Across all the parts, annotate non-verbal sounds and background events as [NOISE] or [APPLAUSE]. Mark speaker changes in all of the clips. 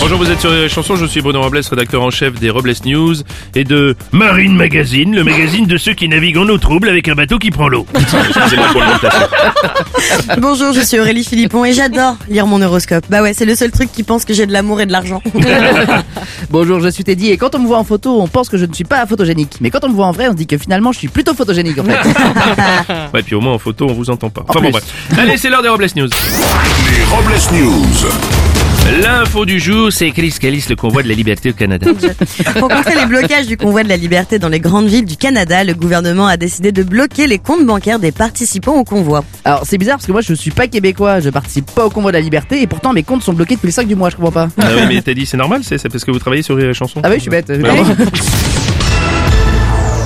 Speaker 1: Bonjour, vous êtes sur les chansons, je suis Bruno Robles, rédacteur en chef des Robles News et de Marine Magazine, le magazine de ceux qui naviguent en eau trouble avec un bateau qui
Speaker 2: [LAUGHS]
Speaker 1: prend l'eau. Excusez-moi pour l'augmentation.
Speaker 3: Bonjour, je suis Aurélie Philippon et j'adore lire mon horoscope. Bah ouais, c'est le seul truc qui pense que j'ai de l'amour et de l'argent. [LAUGHS]
Speaker 2: Bonjour, je suis Teddy et quand on me voit en photo, on pense que je ne suis pas photogénique. Mais quand on me voit en vrai, on se dit que finalement, je suis plutôt photogénique en fait.
Speaker 1: Ouais, puis au moins en photo, on vous entend pas. Enfin bon,
Speaker 2: plus.
Speaker 1: bref. Allez, c'est l'heure des Robles News.
Speaker 4: Les Robles News.
Speaker 1: L'info du jour, c'est Chris Callis, le convoi de la liberté au
Speaker 2: [LAUGHS]
Speaker 1: Canada.
Speaker 3: Pour contrer les blocages du convoi de la liberté dans les grandes villes du Canada, le gouvernement a décidé de bloquer les comptes bancaires des participants au convoi.
Speaker 2: Alors c'est bizarre parce que moi je suis pas québécois, je participe pas au convoi de la liberté et pourtant mes comptes sont bloqués depuis le 5 du mois, je comprends pas.
Speaker 1: Ah oui, mais t'as dit, c'est normal, c'est c'est parce que vous travaillez sur les chansons
Speaker 2: Ah oui, je suis bête.
Speaker 1: Ouais, ouais.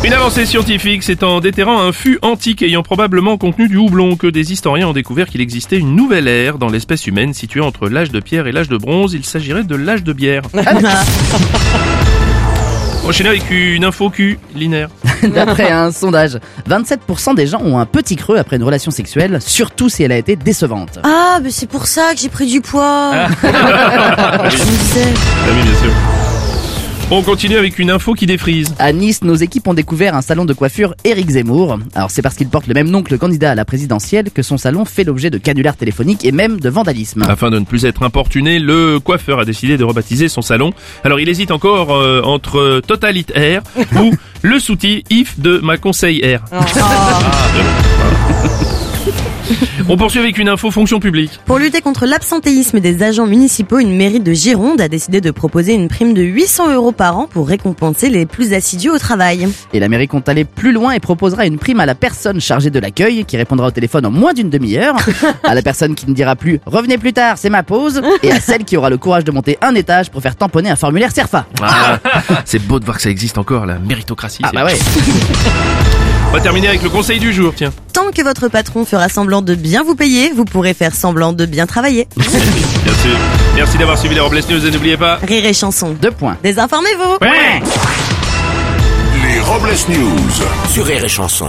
Speaker 1: Une avancée scientifique c'est en déterrant un fût antique ayant probablement contenu du houblon que des historiens ont découvert qu'il existait une nouvelle ère dans l'espèce humaine située entre l'âge de pierre et l'âge de bronze. Il s'agirait de l'âge de bière. Enchaîné avec une info cul linéaire.
Speaker 2: [LAUGHS] D'après un sondage, 27% des gens ont un petit creux après une relation sexuelle, surtout si elle a été décevante.
Speaker 3: Ah, mais c'est pour ça que j'ai pris du poids. [LAUGHS] je me disais.
Speaker 1: Ah oui, bien sûr. On continue avec une info qui défrise.
Speaker 2: À Nice, nos équipes ont découvert un salon de coiffure Éric Zemmour. Alors c'est parce qu'il porte le même nom que le candidat à la présidentielle que son salon fait l'objet de canulars téléphoniques et même de vandalisme.
Speaker 1: Afin de ne plus être importuné, le coiffeur a décidé de rebaptiser son salon. Alors il hésite encore euh, entre Totalitaire ou le soutil if de ma conseil air. [LAUGHS] On poursuit avec une info fonction publique.
Speaker 3: Pour lutter contre l'absentéisme des agents municipaux, une mairie de Gironde a décidé de proposer une prime de 800 euros par an pour récompenser les plus assidus au travail.
Speaker 2: Et la mairie compte aller plus loin et proposera une prime à la personne chargée de l'accueil qui répondra au téléphone en moins d'une demi-heure, à la personne qui ne dira plus revenez plus tard, c'est ma pause, et à celle qui aura le courage de monter un étage pour faire tamponner un formulaire Cerfa.
Speaker 1: Ah, c'est beau de voir que ça existe encore, la méritocratie.
Speaker 2: Ah
Speaker 1: c'est-
Speaker 2: bah ouais.
Speaker 1: On va terminer avec le conseil du jour, tiens.
Speaker 3: Tant que votre patron fera semblant de bien vous payer, vous pourrez faire semblant de bien travailler.
Speaker 1: Bien sûr. Merci d'avoir suivi les Robles News et n'oubliez pas...
Speaker 3: Rire et chanson.
Speaker 2: Deux points.
Speaker 3: Désinformez-vous
Speaker 1: Ouais.
Speaker 4: Les Robles News. Sur Rire et Chanson.